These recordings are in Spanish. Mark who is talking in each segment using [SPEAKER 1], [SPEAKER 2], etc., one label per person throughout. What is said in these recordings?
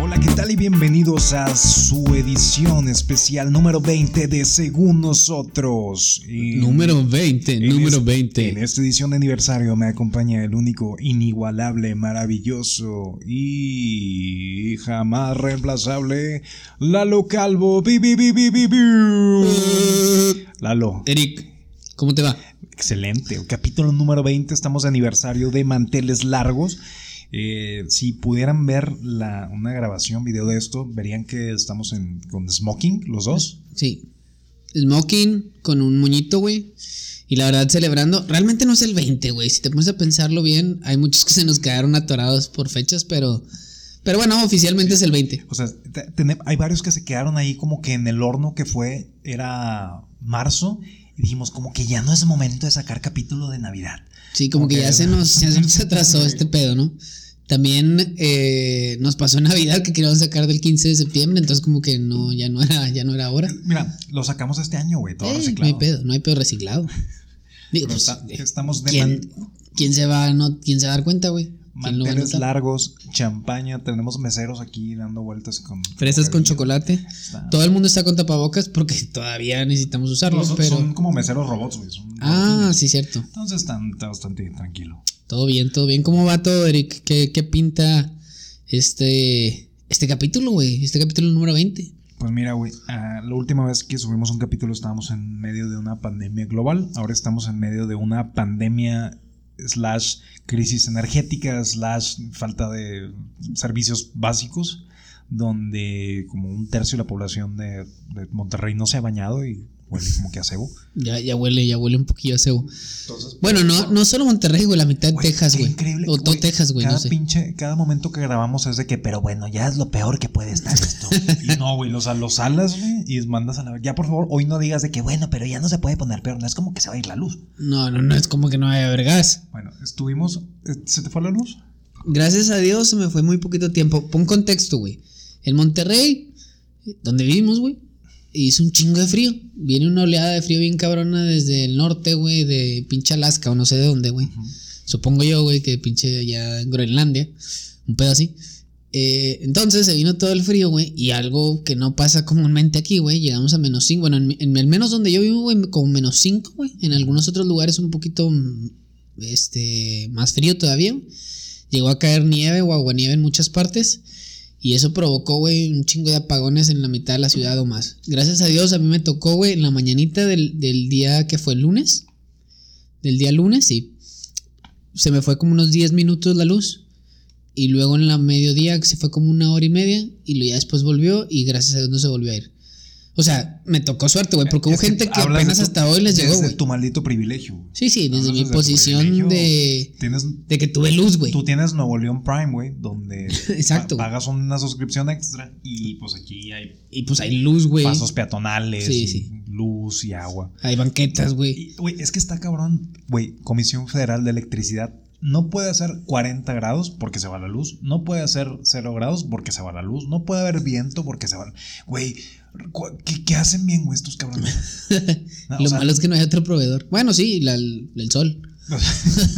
[SPEAKER 1] Hola, ¿qué tal y bienvenidos a su edición especial número 20 de Según Nosotros? En-
[SPEAKER 2] Número 20,
[SPEAKER 1] en
[SPEAKER 2] número
[SPEAKER 1] es-
[SPEAKER 2] 20.
[SPEAKER 1] En esta edición de aniversario me acompaña el único, inigualable, maravilloso y jamás reemplazable, Lalo Calvo. Bi, bi, bi, bi, bi, bi. Lalo,
[SPEAKER 2] Eric, ¿cómo te va?
[SPEAKER 1] excelente. Capítulo número 20, estamos de aniversario de Manteles Largos. Eh, si pudieran ver la, una grabación, video de esto, verían que estamos en, con smoking, los dos.
[SPEAKER 2] Sí. Smoking con un moñito, güey. Y la verdad, celebrando. Realmente no es el 20, güey. Si te pones a pensarlo bien, hay muchos que se nos quedaron atorados por fechas, pero. Pero bueno, oficialmente es el 20.
[SPEAKER 1] O sea, te- tene- hay varios que se quedaron ahí como que en el horno que fue, era marzo, y dijimos como que ya no es momento de sacar capítulo de Navidad.
[SPEAKER 2] Sí, como
[SPEAKER 1] Ok.
[SPEAKER 2] que ya se, nos, ya se nos atrasó este pedo, ¿no? También eh, nos pasó Navidad que queríamos sacar del 15 de septiembre, entonces como que no, ya no era, ya no era hora.
[SPEAKER 1] Mira, lo sacamos este año, güey, todo
[SPEAKER 2] Ey, no
[SPEAKER 1] reciclado.
[SPEAKER 2] hay pedo, no hay pedo reciclado.
[SPEAKER 1] Pero
[SPEAKER 2] Digo, pues,
[SPEAKER 1] está-
[SPEAKER 2] eh,
[SPEAKER 1] estamos de man-
[SPEAKER 2] ¿Quién, quién se va a no, quién se va a dar cuenta, güey? ¿Quién lo va a
[SPEAKER 1] manteles
[SPEAKER 2] notar?
[SPEAKER 1] largos, champaña, tenemos meseros aquí dando vueltas con...
[SPEAKER 2] Fresas con chocolate.
[SPEAKER 1] Está-
[SPEAKER 2] Todo el mundo está con tapabocas porque todavía necesitamos
[SPEAKER 1] No,
[SPEAKER 2] usarlos,
[SPEAKER 1] son,
[SPEAKER 2] pero.
[SPEAKER 1] son como meseros robots, güey. son
[SPEAKER 2] Ah,
[SPEAKER 1] robotillos.
[SPEAKER 2] sí, cierto.
[SPEAKER 1] Entonces están, está bastante tranquilo.
[SPEAKER 2] Todo bien, todo bien. ¿Cómo va todo, Eric? ¿Qué, qué pinta este, este capítulo, güey? Este capítulo número 20.
[SPEAKER 1] Pues mira, güey, ah, la última vez que subimos un capítulo estábamos en medio de una pandemia global. Ahora estamos en medio de una pandemia slash crisis energética slash falta de servicios básicos, donde como un tercio de la población de, de Monterrey no se ha bañado y huele como que a cebo.
[SPEAKER 2] Ya, ya huele, ya huele un poquillo a cebo.
[SPEAKER 1] Entonces,
[SPEAKER 2] Bueno, no, no solo Monterrey, güey, la mitad de
[SPEAKER 1] Güey, Pues,
[SPEAKER 2] Texas,
[SPEAKER 1] qué
[SPEAKER 2] güey.
[SPEAKER 1] Increíble.
[SPEAKER 2] O todo
[SPEAKER 1] güey.
[SPEAKER 2] Texas, güey,
[SPEAKER 1] Cada
[SPEAKER 2] no sé.
[SPEAKER 1] pinche, cada momento que grabamos es de que, pero bueno, ya es lo peor que puede estar esto. y no, güey, los, los salas, güey, y mandas a la. Ya, por favor, hoy no digas de que, bueno, pero ya no se puede poner peor. No es como que se va a ir la luz.
[SPEAKER 2] No, no, no, es como que no hay vergas.
[SPEAKER 1] Bueno, estuvimos. eh, ¿Se te fue la luz?
[SPEAKER 2] Gracias a Dios se me fue muy poquito tiempo. Pon contexto, güey. En Monterrey, donde vivimos, güey, hizo un chingo de frío. Viene una oleada de frío bien cabrona desde el norte, güey, de pinche Alaska o no sé de dónde, güey. Supongo yo, güey, que pinche allá en Groenlandia, un pedo así. Eh, entonces se vino todo el frío, güey, y algo que no pasa comúnmente aquí, güey, llegamos a menos 5, bueno, en, mi- en el menos donde yo vivo, güey, como menos 5, güey, en algunos otros lugares un poquito, mm, este, más frío todavía, güey. llegó a caer nieve o aguanieve en muchas partes, y eso provocó, güey, un chingo de apagones en la mitad de la ciudad o más. Gracias a Dios, a mí me tocó, güey, en la mañanita del, del día que fue el lunes, del día lunes, sí, se me fue como unos 10 minutos la luz. Y luego en la mediodía que se fue como una hora y media. Y luego ya después volvió y gracias a Dios no se volvió a ir. O sea, me tocó suerte, güey. Porque hubo
[SPEAKER 1] Es que
[SPEAKER 2] gente que
[SPEAKER 1] hablas de
[SPEAKER 2] apenas
[SPEAKER 1] tu-
[SPEAKER 2] hasta hoy les llegó,
[SPEAKER 1] desde
[SPEAKER 2] güey.
[SPEAKER 1] tu maldito privilegio. güey.
[SPEAKER 2] Sí, sí, desde
[SPEAKER 1] Hablas
[SPEAKER 2] mi
[SPEAKER 1] desde tu
[SPEAKER 2] posición
[SPEAKER 1] privilegio.
[SPEAKER 2] de,
[SPEAKER 1] Tienes.
[SPEAKER 2] de que tuve luz, güey.
[SPEAKER 1] Tú tienes Nuevo León Prime, güey, donde
[SPEAKER 2] Exacto,
[SPEAKER 1] pa-
[SPEAKER 2] güey.
[SPEAKER 1] pagas una suscripción extra y pues aquí hay
[SPEAKER 2] Y pues hay luz, güey.
[SPEAKER 1] pasos peatonales,
[SPEAKER 2] Sí,
[SPEAKER 1] y
[SPEAKER 2] sí.
[SPEAKER 1] luz y agua.
[SPEAKER 2] Hay banquetas, güey.
[SPEAKER 1] Y, Güey, es que está cabrón. Güey, Comisión Federal de Electricidad no puede hacer 40 grados porque se va la luz. No puede hacer 0 grados porque se va la luz. No puede haber viento porque se va la Güey, cu- ¿qué, qué hacen bien, güey, estos cabrones? No, o
[SPEAKER 2] Lo
[SPEAKER 1] sea,
[SPEAKER 2] malo es que no hay otro proveedor. Bueno, sí, la- el sol.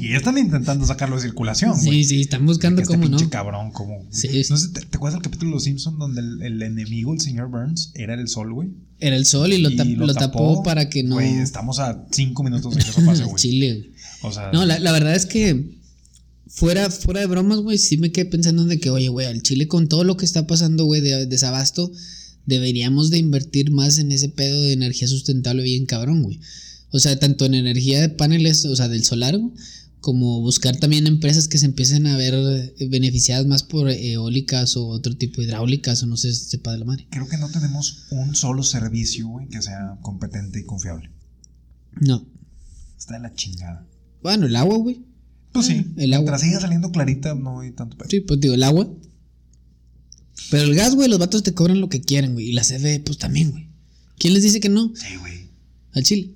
[SPEAKER 1] y ya están intentando sacarlo de circulación, güey.
[SPEAKER 2] Sí, sí, están buscando
[SPEAKER 1] Que este
[SPEAKER 2] cómo no.
[SPEAKER 1] pinche cabrón, como.
[SPEAKER 2] Sí.
[SPEAKER 1] No sé, ¿te, te acuerdas del capítulo de Los Simpsons donde el, el enemigo, el señor Burns, era el sol, güey?
[SPEAKER 2] Era el sol y lo, tap- lo tapó, para que no.
[SPEAKER 1] Güey, estamos a 5 minutos de que eso pase, güey.
[SPEAKER 2] Chile, güey.
[SPEAKER 1] O sea,
[SPEAKER 2] No, la, la verdad es que fuera, fuera de bromas, güey, sí me quedé pensando en de que, oye, güey, al Chile con todo lo que está pasando, güey, de desabasto, deberíamos de invertir más en ese pedo de energía sustentable bien cabrón, güey. O sea, tanto en energía de paneles, o sea, del solar, güey, como buscar también empresas que se empiecen a ver eh, beneficiadas más por eh, eólicas o otro tipo de hidráulicas o no sé, sepa de la madre.
[SPEAKER 1] Creo que no tenemos un solo servicio, güey, que sea competente y confiable.
[SPEAKER 2] No.
[SPEAKER 1] Está de la chingada.
[SPEAKER 2] Bueno, el agua, güey.
[SPEAKER 1] Pues sí,
[SPEAKER 2] Mm, El agua.
[SPEAKER 1] mientras siga saliendo clarita, no hay tanto pedo.
[SPEAKER 2] Sí, pues digo, el agua. Pero el gas, güey, los vatos te cobran lo que quieren, güey. Y la CFE, pues también, güey. ¿Quién les dice que no?
[SPEAKER 1] Sí, güey.
[SPEAKER 2] Al Chile.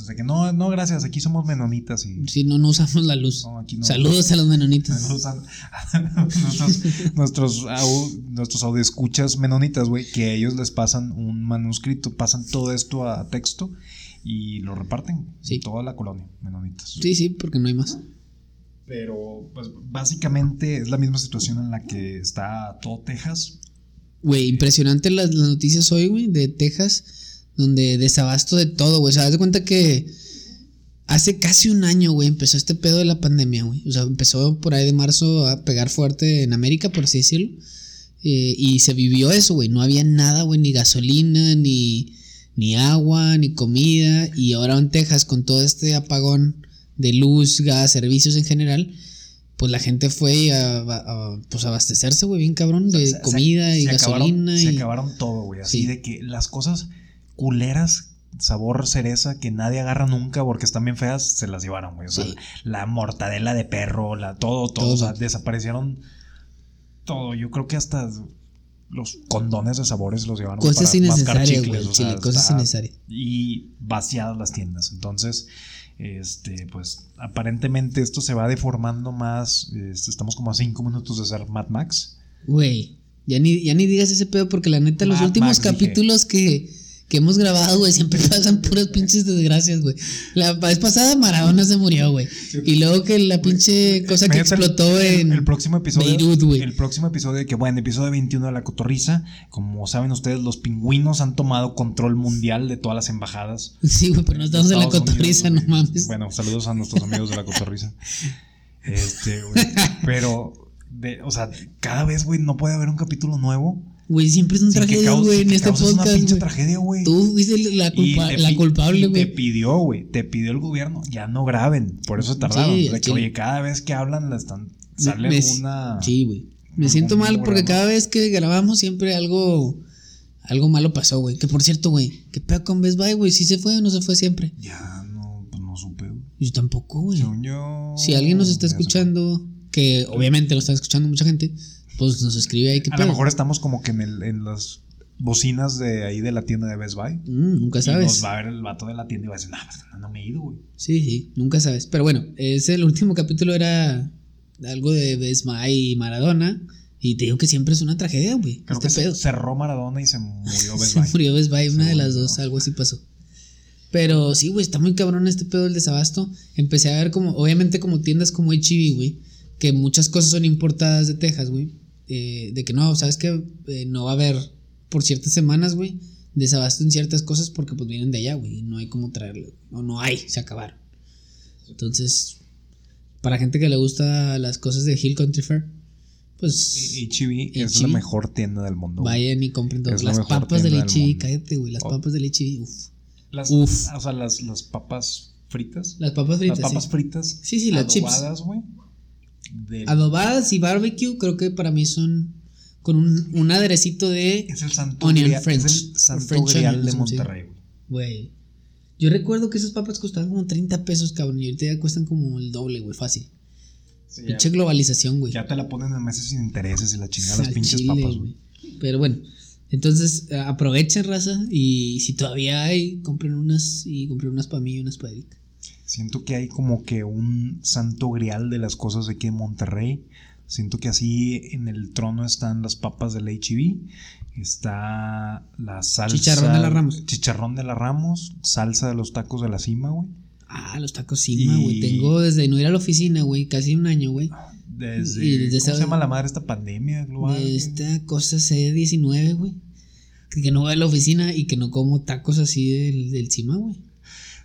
[SPEAKER 1] O sea que no, no, gracias, aquí somos menonitas y
[SPEAKER 2] Si no, no usamos la luz.
[SPEAKER 1] No, aquí no. Ah.
[SPEAKER 2] Saludos a los menonitas.
[SPEAKER 1] Saludos a- nuestros, nuestros, au- nuestros audioescuchas menonitas, güey, que a ellos les pasan un manuscrito, pasan todo esto a texto y lo reparten
[SPEAKER 2] Sí.
[SPEAKER 1] en toda la colonia, menonitas.
[SPEAKER 2] Sí, sí, porque no hay más.
[SPEAKER 1] Pero, pues, básicamente es la misma situación en la que está todo Texas.
[SPEAKER 2] Güey, impresionante las, las noticias hoy, güey, de Texas, donde desabasto de todo, güey. O sea, haz de cuenta que hace casi un año, güey, empezó este pedo de la pandemia, güey. O sea, empezó por ahí de marzo a pegar fuerte en América, por así decirlo. Eh, y se vivió eso, güey. No había nada, güey, ni gasolina, ni, ni agua, ni comida. Y ahora en Texas, con todo este apagón de luz, gas, servicios en general, pues la gente fue a, a- a, pues abastecerse, güey, bien cabrón, de
[SPEAKER 1] Se- se-
[SPEAKER 2] comida y
[SPEAKER 1] se acabaron-
[SPEAKER 2] gasolina.
[SPEAKER 1] Se
[SPEAKER 2] y-
[SPEAKER 1] acabaron todo, güey. Así
[SPEAKER 2] Sí.
[SPEAKER 1] de que las cosas culeras, sabor cereza, que nadie agarra nunca porque están bien feas, se las llevaron, güey. O sea,
[SPEAKER 2] Sí.
[SPEAKER 1] la mortadela de perro, la, todo, todo.
[SPEAKER 2] Todo.
[SPEAKER 1] O sea, desaparecieron todo. Yo creo que hasta los condones de sabores los llevaron.
[SPEAKER 2] cosas
[SPEAKER 1] para mascar
[SPEAKER 2] innecesarias,
[SPEAKER 1] chicles,
[SPEAKER 2] güey,
[SPEAKER 1] o sea,
[SPEAKER 2] chile, cosas
[SPEAKER 1] está-
[SPEAKER 2] innecesarias.
[SPEAKER 1] y vaciadas las tiendas. Entonces, este, pues aparentemente esto se va deformando más. Este, estamos como a cinco minutos de ser Mad Max.
[SPEAKER 2] Güey, ya ni, ya ni digas ese pedo porque la neta, los
[SPEAKER 1] Mad
[SPEAKER 2] últimos
[SPEAKER 1] Max, dije.
[SPEAKER 2] capítulos que, que hemos grabado, güey, siempre pasan puras pinches desgracias, güey. La vez pasada Maradona se murió, güey. Y luego que la pinche cosa que
[SPEAKER 1] eh, Imagínate el-
[SPEAKER 2] explotó
[SPEAKER 1] el,
[SPEAKER 2] en...
[SPEAKER 1] el próximo episodio.
[SPEAKER 2] Beirut, güey.
[SPEAKER 1] el próximo episodio, que bueno, episodio 21 de la cotorriza. Como saben ustedes, los pingüinos han tomado control mundial de todas las embajadas.
[SPEAKER 2] Sí, güey, pero no estamos en la
[SPEAKER 1] Estados
[SPEAKER 2] cotorriza, no
[SPEAKER 1] Unidos, güey.
[SPEAKER 2] mames.
[SPEAKER 1] Bueno, saludos a nuestros amigos de la cotorriza. Este, güey. Pero, de- o sea, cada vez, güey, no puede haber un capítulo nuevo.
[SPEAKER 2] Güey, siempre es un
[SPEAKER 1] sin que
[SPEAKER 2] tragedia,
[SPEAKER 1] caus-
[SPEAKER 2] güey,
[SPEAKER 1] sin
[SPEAKER 2] en
[SPEAKER 1] que
[SPEAKER 2] este
[SPEAKER 1] causes una
[SPEAKER 2] podcast,
[SPEAKER 1] pinche
[SPEAKER 2] güey.
[SPEAKER 1] tragedia, güey.
[SPEAKER 2] Tú fuiste la,
[SPEAKER 1] Y
[SPEAKER 2] culpa-
[SPEAKER 1] te
[SPEAKER 2] la
[SPEAKER 1] pi-
[SPEAKER 2] culpable,
[SPEAKER 1] y Te
[SPEAKER 2] güey.
[SPEAKER 1] pidió, güey. Te pidió el gobierno. Ya no graben. Por eso tardaron.
[SPEAKER 2] Sí,
[SPEAKER 1] O sea, que,
[SPEAKER 2] sí.
[SPEAKER 1] oye, cada vez que hablan, la están, sale
[SPEAKER 2] Me-
[SPEAKER 1] una.
[SPEAKER 2] Sí, güey. Me
[SPEAKER 1] algún
[SPEAKER 2] siento mal porque
[SPEAKER 1] programa.
[SPEAKER 2] cada vez que grabamos siempre algo algo malo pasó, güey. Que por cierto, güey, ¿qué pedo con Best Buy, güey? ¿Sí se fue o no se fue siempre?
[SPEAKER 1] Ya no, pues no supe, güey.
[SPEAKER 2] Yo tampoco, güey.
[SPEAKER 1] Según yo.
[SPEAKER 2] Si alguien nos está
[SPEAKER 1] ya se fue.
[SPEAKER 2] escuchando, que obviamente lo está escuchando mucha gente, pues nos escribe ahí. ¿qué
[SPEAKER 1] A
[SPEAKER 2] pedo?
[SPEAKER 1] lo mejor estamos como que en, el- en las bocinas de ahí de la tienda de Best Buy.
[SPEAKER 2] Mm, nunca
[SPEAKER 1] Y
[SPEAKER 2] sabes.
[SPEAKER 1] nos va a ver el vato de la tienda y va a decir, no, pues, no, no me he ido, güey.
[SPEAKER 2] Sí, sí, nunca sabes. Pero bueno, ese el último capítulo era algo de Best Buy y Maradona. Y te digo que siempre es una tragedia, güey.
[SPEAKER 1] Creo
[SPEAKER 2] este
[SPEAKER 1] que se-
[SPEAKER 2] pedo.
[SPEAKER 1] cerró Maradona y se murió Best
[SPEAKER 2] Se
[SPEAKER 1] Buy.
[SPEAKER 2] murió Best Buy, una de
[SPEAKER 1] Según
[SPEAKER 2] las
[SPEAKER 1] yo.
[SPEAKER 2] dos, algo así pasó. Pero sí, güey, está muy cabrón este pedo del desabasto. Empecé a ver como, obviamente como tiendas como HB, güey, que muchas cosas son importadas de Texas, güey. eh, de que no, sabes que no va a haber por ciertas semanas, güey, desabasto en ciertas cosas porque pues vienen de allá, güey, y no hay cómo traerlo. O no hay, se acabaron. Entonces, para gente que le gusta las cosas de Hill Country Fair, pues...
[SPEAKER 1] HB es la
[SPEAKER 2] H-E-B.
[SPEAKER 1] mejor tienda del mundo. güey.
[SPEAKER 2] Vayan y compren
[SPEAKER 1] Es
[SPEAKER 2] todas
[SPEAKER 1] la
[SPEAKER 2] las
[SPEAKER 1] mejor
[SPEAKER 2] papas del
[SPEAKER 1] tienda del
[SPEAKER 2] HB,
[SPEAKER 1] mundo.
[SPEAKER 2] cállate, güey. Las
[SPEAKER 1] Oh.
[SPEAKER 2] papas del HB, uff.
[SPEAKER 1] Las,
[SPEAKER 2] Uf.
[SPEAKER 1] O sea, las, las papas fritas.
[SPEAKER 2] Las papas fritas.
[SPEAKER 1] las papas
[SPEAKER 2] sí.
[SPEAKER 1] fritas.
[SPEAKER 2] Sí, sí, las chips.
[SPEAKER 1] adobadas, güey. del-
[SPEAKER 2] Adobadas y barbecue, creo que para mí son con un, un aderecito de.
[SPEAKER 1] Es el santo,
[SPEAKER 2] Onion
[SPEAKER 1] grial,
[SPEAKER 2] French.
[SPEAKER 1] es el santo
[SPEAKER 2] French onion,
[SPEAKER 1] grial
[SPEAKER 2] no
[SPEAKER 1] de
[SPEAKER 2] sé cómo se
[SPEAKER 1] Monterrey, güey.
[SPEAKER 2] Güey. Yo recuerdo que esas papas costaban como 30 pesos, cabrón. Y ahorita ya cuestan como el doble, güey. Fácil.
[SPEAKER 1] Sí, ya-
[SPEAKER 2] Pinche globalización, güey.
[SPEAKER 1] ya, te la ponen en meses sin intereses y la chingada las
[SPEAKER 2] Al
[SPEAKER 1] pinches
[SPEAKER 2] chile,
[SPEAKER 1] papas, güey.
[SPEAKER 2] Pero bueno. Entonces, a- aprovechen, raza. Y si todavía hay, compren unas. Y compren unas para mí y unas para Eric.
[SPEAKER 1] Siento que hay como que un santo grial de las cosas de aquí en Monterrey. Siento que así en el trono están las papas del HB. Está la salsa.
[SPEAKER 2] Chicharrón de la Ramos.
[SPEAKER 1] Chicharrón de la Ramos. Salsa de los tacos de la cima, güey.
[SPEAKER 2] Ah, los tacos Sima, güey.
[SPEAKER 1] Y-
[SPEAKER 2] Tengo desde no ir a la oficina, güey. Casi un año, güey.
[SPEAKER 1] Desde,
[SPEAKER 2] Y desde
[SPEAKER 1] ¿Cómo
[SPEAKER 2] esa-
[SPEAKER 1] se llama la madre esta pandemia global?
[SPEAKER 2] de este esta cosa C19, güey. Que, que no voy a la oficina y que no como tacos así del, del cima, güey.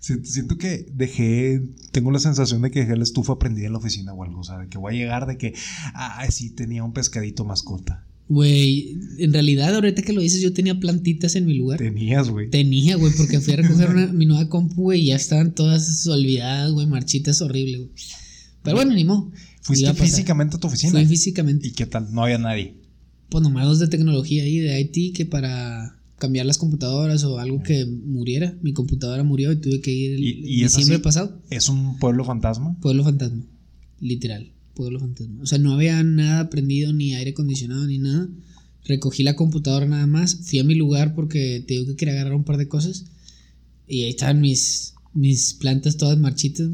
[SPEAKER 1] Siento, siento que dejé, tengo la sensación de que dejé la estufa prendida en la oficina o algo, o sea, de que voy a llegar de que, ah, sí, tenía un pescadito mascota.
[SPEAKER 2] Güey, en realidad, ahorita que lo dices, yo tenía plantitas en mi lugar.
[SPEAKER 1] Tenías, güey.
[SPEAKER 2] Tenía, güey, porque fui a recoger una- mi nueva compu, güey, y ya estaban todas olvidadas, güey, marchitas horrible, güey. Pero bueno, ni modo. iba
[SPEAKER 1] Fuiste
[SPEAKER 2] a pasar.
[SPEAKER 1] físicamente a tu oficina.
[SPEAKER 2] Fui físicamente.
[SPEAKER 1] ¿Y qué tal? No había nadie.
[SPEAKER 2] Pues nomás los de tecnología ahí, de IT, que para cambiar las computadoras o algo que muriera. Mi computadora murió y tuve que ir el,
[SPEAKER 1] Y- y es
[SPEAKER 2] diciembre
[SPEAKER 1] así.
[SPEAKER 2] pasado.
[SPEAKER 1] ¿Es un pueblo fantasma?
[SPEAKER 2] Pueblo fantasma, literal, pueblo fantasma. O sea, no había nada prendido, ni aire acondicionado, ni nada. Recogí la computadora nada más, fui a mi lugar porque te digo que quería agarrar un par de cosas. Y ahí estaban mis, mis plantas todas marchitas.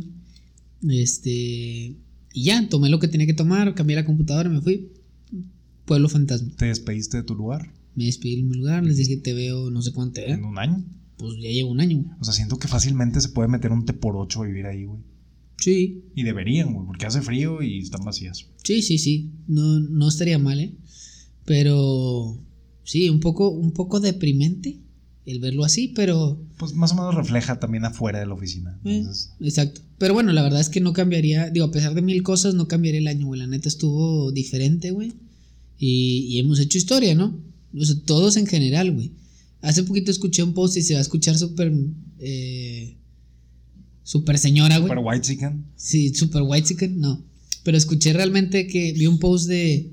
[SPEAKER 2] Este. Y ya, tomé lo que tenía que tomar, cambié la computadora, me fui. Pueblo fantasma.
[SPEAKER 1] ¿Te despediste de tu lugar
[SPEAKER 2] Me despedí de mi lugar, les dije te veo, no sé cuánto era.
[SPEAKER 1] en un año?
[SPEAKER 2] Pues ya llevo un año, güey.
[SPEAKER 1] O sea, siento que fácilmente se puede meter un té por ocho a vivir ahí, güey.
[SPEAKER 2] Sí,
[SPEAKER 1] Y deberían, güey, porque hace frío y están vacías.
[SPEAKER 2] sí, sí, sí. No, no estaría mal, ¿eh? Pero sí, un poco, un poco deprimente el verlo así, pero
[SPEAKER 1] Pues más o menos refleja también afuera de la oficina.
[SPEAKER 2] Eh,
[SPEAKER 1] Entonces,
[SPEAKER 2] Exacto. Pero bueno, la verdad es que no cambiaría, digo, a pesar de mil cosas, no cambiaría el año, güey. La neta estuvo diferente, güey. Y, y hemos hecho historia, ¿no? O sea, todos en general, güey. Hace poquito escuché un post y se va a escuchar súper... Eh, super señora, güey.
[SPEAKER 1] para White Chicken,
[SPEAKER 2] Sí, super white chicken, no. Pero escuché realmente que vi un post de,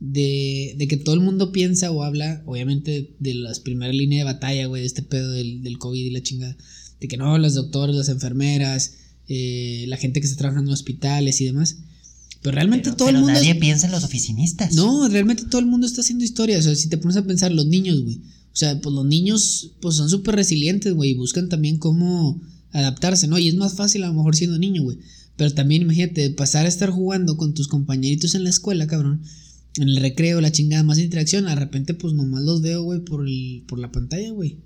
[SPEAKER 2] de, de que todo el mundo piensa o habla, obviamente, de las primeras líneas de batalla, güey, de este pedo del, del COVID y la chingada. De que no, los doctores, las enfermeras, eh, la gente que está trabajando en hospitales y demás. Pero realmente todo el mundo.
[SPEAKER 3] piensa en los oficinistas.
[SPEAKER 2] No, realmente todo el mundo está haciendo historias. O sea, si te pones a pensar, los niños, güey. O sea, pues los niños pues son súper resilientes, güey. Y buscan también cómo adaptarse, ¿no? Y es más fácil a lo mejor siendo niño, güey. Pero también imagínate, pasar a estar jugando con tus compañeritos en la escuela, cabrón. En el recreo, la chingada, más interacción. De repente, pues nomás los veo, güey, por, el- por la pantalla, güey.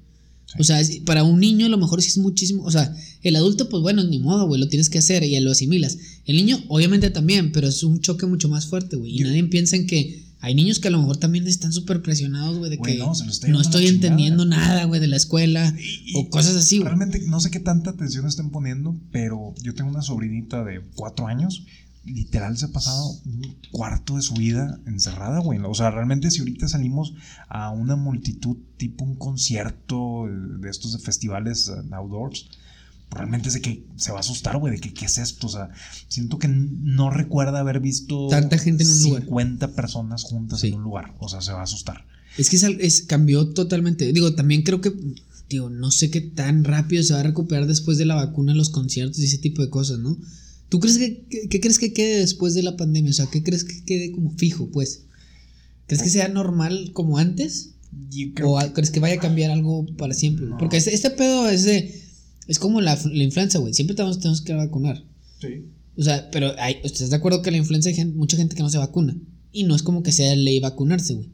[SPEAKER 1] Sí.
[SPEAKER 2] O sea, es- para un niño a lo mejor sí es muchísimo. O sea, el adulto, pues bueno, ni modo, güey, lo tienes que hacer y lo asimilas. El niño, obviamente también, pero es un choque mucho más fuerte, güey. Y
[SPEAKER 1] Yo-
[SPEAKER 2] nadie piensa en que hay niños que a lo mejor también están súper presionados, güey, de
[SPEAKER 1] Güey,
[SPEAKER 2] que
[SPEAKER 1] no,
[SPEAKER 2] no,
[SPEAKER 1] se lo está llevando la
[SPEAKER 2] estoy
[SPEAKER 1] chingada.
[SPEAKER 2] entendiendo nada, güey, de la escuela
[SPEAKER 1] Y- y-
[SPEAKER 2] o cosas así, güey.
[SPEAKER 1] Realmente no sé qué tanta atención estén poniendo, pero yo tengo una sobrinita de cuatro años. Literal se ha pasado un cuarto de su vida encerrada, güey. O sea, realmente si ahorita salimos a una multitud, tipo un concierto eh, de estos de festivales eh, outdoors, realmente sé que se va a asustar, güey, de que qué es esto. O sea, siento que n- no recuerda haber visto
[SPEAKER 2] Tanta gente en un lugar.
[SPEAKER 1] 50 personas juntas
[SPEAKER 2] Sí.
[SPEAKER 1] en un lugar. O sea, se va a asustar.
[SPEAKER 2] Es que es, al- es- cambió totalmente. Digo, también creo que, digo, no sé qué tan rápido se va a recuperar después de la vacuna, los conciertos y ese tipo de cosas, ¿no? ¿Tú crees que, que- qué crees que quede después de la pandemia? O sea, ¿qué crees que quede como fijo, pues? ¿Crees que sea normal como antes?
[SPEAKER 1] Y creo
[SPEAKER 2] ¿O a- crees que vaya a cambiar algo para siempre? güey? Porque este, este pedo es de, es como la, fl- la influenza, güey. Siempre te vamos- tenemos que vacunar.
[SPEAKER 1] Sí.
[SPEAKER 2] O sea, pero hay, ¿estás de acuerdo que la influenza hay gen- mucha gente que no se vacuna? Y no es como que sea ley vacunarse, güey.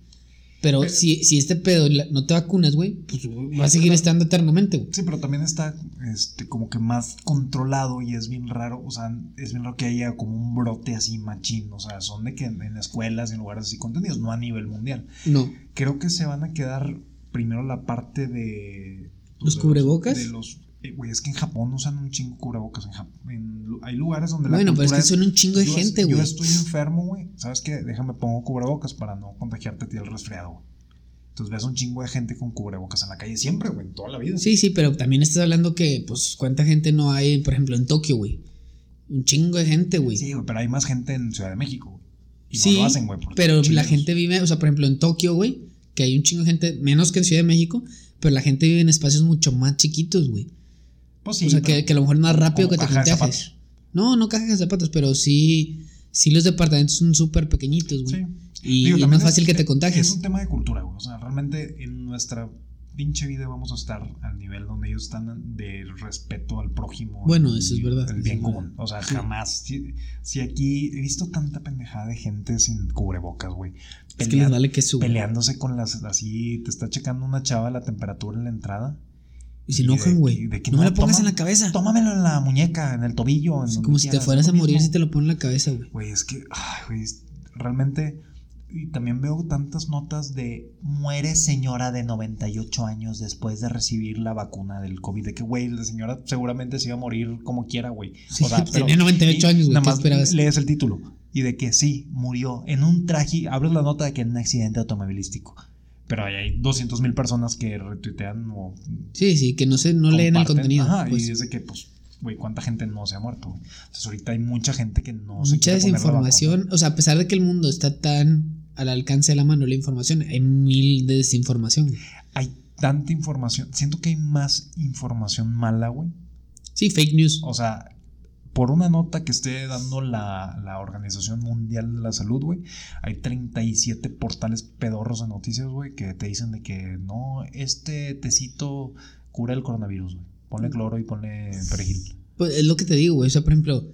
[SPEAKER 2] Pero
[SPEAKER 1] Pero-
[SPEAKER 2] si, si este pedo la- no te vacunas, güey, pues va a seguir estando eternamente, güey.
[SPEAKER 1] Sí, pero también está este, como que más controlado y es bien raro, o sea, es bien raro que haya como un brote así machín, o sea, son de que en, en escuelas, en lugares así contenidos, no a nivel mundial.
[SPEAKER 2] No.
[SPEAKER 1] Creo que se van a quedar primero la parte de... pues,
[SPEAKER 2] ¿Los
[SPEAKER 1] de
[SPEAKER 2] cubrebocas?
[SPEAKER 1] De los... eh, Güey, es que en Japón usan un chingo cubrebocas. En Jap- en lu- hay lugares donde
[SPEAKER 2] Bueno, pero es
[SPEAKER 1] cultura
[SPEAKER 2] que son un chingo de
[SPEAKER 1] yo es-
[SPEAKER 2] gente, güey.
[SPEAKER 1] Yo estoy enfermo, güey. ¿Sabes qué? Déjame pongo cubrebocas para no contagiarte a ti el resfriado, güey. Entonces ves un chingo de gente con cubrebocas en la calle siempre, güey, en toda la vida.
[SPEAKER 2] Sí, sí, pero también estás hablando que, pues, ¿cuánta gente no hay, por ejemplo, en Tokio, güey? Un chingo de gente, güey.
[SPEAKER 1] Sí, güey, pero hay más gente en Ciudad de México, güey. Y
[SPEAKER 2] Sí,
[SPEAKER 1] no lo hacen, güey. por
[SPEAKER 2] Pero la
[SPEAKER 1] chilenos.
[SPEAKER 2] gente vive, o sea, por ejemplo, en Tokio, güey, que hay un chingo de gente, menos que en Ciudad de México, pero la gente vive en espacios mucho más chiquitos, güey.
[SPEAKER 1] Pues sí,
[SPEAKER 2] o sea,
[SPEAKER 1] pero
[SPEAKER 2] que, que a lo mejor es más rápido que
[SPEAKER 1] como
[SPEAKER 2] te
[SPEAKER 1] caja de
[SPEAKER 2] contagies. No, no cajas de zapatos, pero sí, sí los departamentos son súper pequeñitos, güey.
[SPEAKER 1] sí.
[SPEAKER 2] Y,
[SPEAKER 1] Digo,
[SPEAKER 2] y es
[SPEAKER 1] también
[SPEAKER 2] más fácil que te
[SPEAKER 1] Es
[SPEAKER 2] contagies.
[SPEAKER 1] un tema de cultura, güey. O sea, realmente en nuestra pinche vida vamos a estar al nivel donde ellos están de respeto al prójimo.
[SPEAKER 2] Bueno,
[SPEAKER 1] y
[SPEAKER 2] eso es verdad,
[SPEAKER 1] El
[SPEAKER 2] eso
[SPEAKER 1] bien
[SPEAKER 2] es
[SPEAKER 1] común. O sea,
[SPEAKER 2] Sí.
[SPEAKER 1] jamás. Si, si aquí he visto tanta pendejada de gente sin cubrebocas, güey.
[SPEAKER 2] Es que les
[SPEAKER 1] pelea-
[SPEAKER 2] vale que suban.
[SPEAKER 1] Peleándose con las así, te está checando una chava la temperatura en la entrada.
[SPEAKER 2] Y se
[SPEAKER 1] y de-
[SPEAKER 2] enojan,
[SPEAKER 1] y
[SPEAKER 2] güey.
[SPEAKER 1] de que
[SPEAKER 2] No
[SPEAKER 1] no,
[SPEAKER 2] me lo pongas en
[SPEAKER 1] toma-
[SPEAKER 2] la cabeza.
[SPEAKER 1] Tómamelo en la muñeca, en el tobillo. En
[SPEAKER 2] Es
[SPEAKER 1] donde
[SPEAKER 2] como si te
[SPEAKER 1] quieras,
[SPEAKER 2] fueras
[SPEAKER 1] lo
[SPEAKER 2] a morir
[SPEAKER 1] mismo.
[SPEAKER 2] si te lo ponen en la cabeza, güey.
[SPEAKER 1] Güey, es que, ay, güey, es- realmente. Y también veo tantas notas de muere señora de 98 años después de recibir la vacuna del COVID. De que, güey, la señora seguramente se iba a morir como quiera, güey.
[SPEAKER 2] Sí, tenía 98 años, güey,
[SPEAKER 1] Nada
[SPEAKER 2] ¿qué
[SPEAKER 1] más
[SPEAKER 2] esperabas?
[SPEAKER 1] lees el título. Y de que sí, murió en un traje. Abres la nota de que en un accidente automovilístico. Pero ahí hay 200 mil personas que retuitean o.
[SPEAKER 2] Sí, sí, que no sé, no leen el
[SPEAKER 1] comparten.
[SPEAKER 2] contenido.
[SPEAKER 1] Ajá,
[SPEAKER 2] pues.
[SPEAKER 1] y es de que, pues, güey, ¿cuánta gente no se ha muerto? güey? Entonces, ahorita hay mucha gente que no se
[SPEAKER 2] Mucha
[SPEAKER 1] quiere poner la vacuna.
[SPEAKER 2] desinformación. O sea, a pesar de que el mundo está tan al alcance de la mano la información, hay mil de desinformación. güey.
[SPEAKER 1] hay tanta información. Siento que hay más información mala, güey.
[SPEAKER 2] Sí, fake news.
[SPEAKER 1] O sea, por una nota que esté dando la, la Organización Mundial de la Salud, güey, hay 37 portales pedorros de noticias, güey, que te dicen de que no, este tecito cura el coronavirus, güey. Ponle
[SPEAKER 2] Mm.
[SPEAKER 1] cloro y ponle perejil.
[SPEAKER 2] Pues es lo que te digo, güey. O sea, por ejemplo,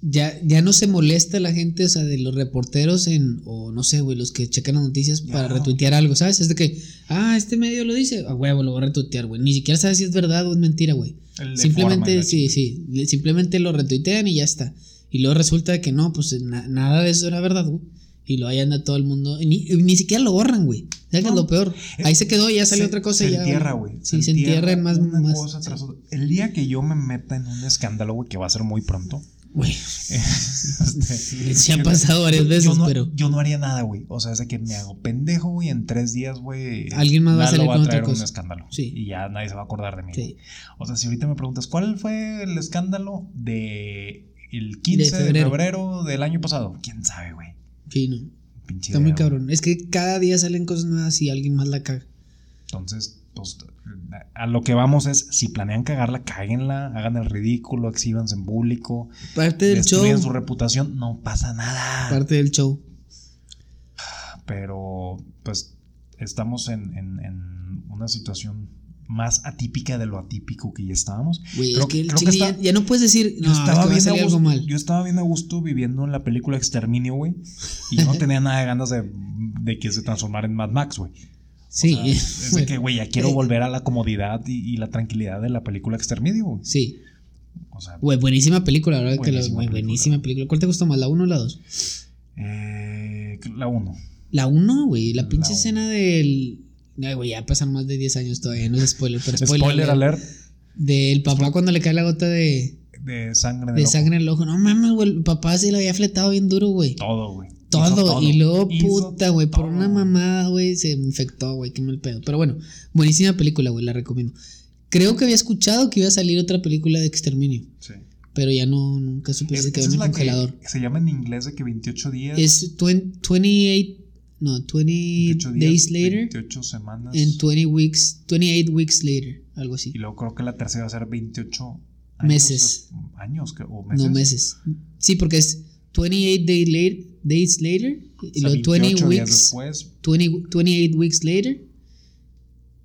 [SPEAKER 2] ya, ya no se molesta la gente, o sea, de los reporteros en, o no sé, güey, los que checan las noticias
[SPEAKER 1] Ya
[SPEAKER 2] para
[SPEAKER 1] no.
[SPEAKER 2] retuitear algo, ¿sabes? Es de que, ah, este medio lo dice, a huevo, lo voy a retuitear, güey. Ni siquiera sabes si es verdad o es mentira, güey.
[SPEAKER 1] El de forma,
[SPEAKER 2] Simplemente,
[SPEAKER 1] la
[SPEAKER 2] sí, sí, le- simplemente lo retuitean y ya está. Y luego resulta que no, pues na- nada de eso era verdad, güey. Y lo ahí anda todo el mundo. y ni, y ni siquiera lo borran, güey. ¿Sabes qué es
[SPEAKER 1] No.
[SPEAKER 2] lo peor?
[SPEAKER 1] Eh,
[SPEAKER 2] Ahí se quedó y ya salió
[SPEAKER 1] Se-
[SPEAKER 2] otra cosa.
[SPEAKER 1] Se
[SPEAKER 2] y ya,
[SPEAKER 1] entierra, güey.
[SPEAKER 2] Sí, se entierra en más.
[SPEAKER 1] Una
[SPEAKER 2] más
[SPEAKER 1] cosa tras
[SPEAKER 2] sí.
[SPEAKER 1] otra. El día que yo me meta en un escándalo, güey, que va a ser muy pronto.
[SPEAKER 2] Güey,
[SPEAKER 1] este,
[SPEAKER 2] se ha pasado varias
[SPEAKER 1] yo
[SPEAKER 2] veces,
[SPEAKER 1] no,
[SPEAKER 2] pero.
[SPEAKER 1] Yo no haría nada, güey. O sea, es de que me hago pendejo, güey. En tres días, güey.
[SPEAKER 2] Alguien más va a
[SPEAKER 1] Lalo
[SPEAKER 2] salir con otra
[SPEAKER 1] traer un
[SPEAKER 2] cosa.
[SPEAKER 1] escándalo.
[SPEAKER 2] Sí.
[SPEAKER 1] Y ya nadie se va a acordar de mí. güey.
[SPEAKER 2] Sí.
[SPEAKER 1] O sea, si ahorita me preguntas, ¿cuál fue el escándalo de el 15 de febrero,
[SPEAKER 2] febrero.
[SPEAKER 1] del año pasado? ¿Quién sabe, güey?
[SPEAKER 2] Sí, no.
[SPEAKER 1] Pinche
[SPEAKER 2] Está
[SPEAKER 1] idea,
[SPEAKER 2] muy
[SPEAKER 1] güey.
[SPEAKER 2] cabrón. Es que cada día salen cosas nuevas y alguien más la caga.
[SPEAKER 1] Entonces, pues, a lo que vamos es, si planean cagarla, cáguenla, hagan el ridículo, exhíbanse en público,
[SPEAKER 2] Parte del show.
[SPEAKER 1] destruyan su reputación, no pasa nada.
[SPEAKER 2] Parte del show.
[SPEAKER 1] Pero, pues, estamos en, en- en una situación más atípica de lo atípico que ya estábamos.
[SPEAKER 2] Güey,
[SPEAKER 1] Creo-
[SPEAKER 2] es que el
[SPEAKER 1] creo que
[SPEAKER 2] chile
[SPEAKER 1] está-
[SPEAKER 2] ya, ya no puedes decir. No,
[SPEAKER 1] Yo estaba,
[SPEAKER 2] es que va a
[SPEAKER 1] bien a
[SPEAKER 2] salir algo
[SPEAKER 1] gusto,
[SPEAKER 2] mal.
[SPEAKER 1] yo estaba bien a gusto viviendo la película Exterminio, güey. Y yo no tenía nada de ganas de, de que se transformara en Mad Max, güey.
[SPEAKER 2] sí.
[SPEAKER 1] O sea, es de que, güey, ya quiero
[SPEAKER 2] Eh.
[SPEAKER 1] volver a la comodidad y, y la tranquilidad de la película Exterminio, güey.
[SPEAKER 2] sí.
[SPEAKER 1] O sea,
[SPEAKER 2] Güey, buenísima película, la verdad que la-
[SPEAKER 1] Buenísima
[SPEAKER 2] güey,
[SPEAKER 1] película.
[SPEAKER 2] buenísima película. ¿Cuál te gustó más, la 1 o la 2?
[SPEAKER 1] eh, la 1.
[SPEAKER 2] La 1, güey, la pinche
[SPEAKER 1] La
[SPEAKER 2] escena del... Ay, güey, ya pasan más de 10 años todavía, no es spoiler, pero
[SPEAKER 1] Spoiler,
[SPEAKER 2] spoiler. alert.
[SPEAKER 1] alert
[SPEAKER 2] Del papá cuando le cae la gota de,
[SPEAKER 1] de sangre en el
[SPEAKER 2] de
[SPEAKER 1] ojo.
[SPEAKER 2] sangre en el ojo. No mames, güey, el papá se lo había fletado bien duro, güey.
[SPEAKER 1] Todo, güey.
[SPEAKER 2] Todo,
[SPEAKER 1] Hizo
[SPEAKER 2] y luego
[SPEAKER 1] Hizo
[SPEAKER 2] puta, güey, por
[SPEAKER 1] todo,
[SPEAKER 2] una
[SPEAKER 1] güey.
[SPEAKER 2] mamada, güey, se infectó, güey, qué mal pedo. Pero bueno, buenísima película, güey, la recomiendo. Creo que había escuchado que iba a salir otra película de exterminio,
[SPEAKER 1] Sí.
[SPEAKER 2] pero ya no, nunca supe,
[SPEAKER 1] Es-
[SPEAKER 2] Pues se quedó
[SPEAKER 1] esa
[SPEAKER 2] en
[SPEAKER 1] es
[SPEAKER 2] el
[SPEAKER 1] la que
[SPEAKER 2] congelador.
[SPEAKER 1] se llama en inglés de que 28 días.
[SPEAKER 2] Es 20 28, no, 20
[SPEAKER 1] 28 días,
[SPEAKER 2] days later
[SPEAKER 1] 28 semanas.
[SPEAKER 2] and 20 weeks, 28 weeks later, algo
[SPEAKER 1] Y
[SPEAKER 2] así.
[SPEAKER 1] luego creo que la tercera va a ser 28 años,
[SPEAKER 2] Meses.
[SPEAKER 1] o- Años que- o meses.
[SPEAKER 2] No meses. Sí, porque es 28 day later, days later y
[SPEAKER 1] O sea,
[SPEAKER 2] luego 20
[SPEAKER 1] 28 días
[SPEAKER 2] weeks,
[SPEAKER 1] después.
[SPEAKER 2] 20 28 weeks later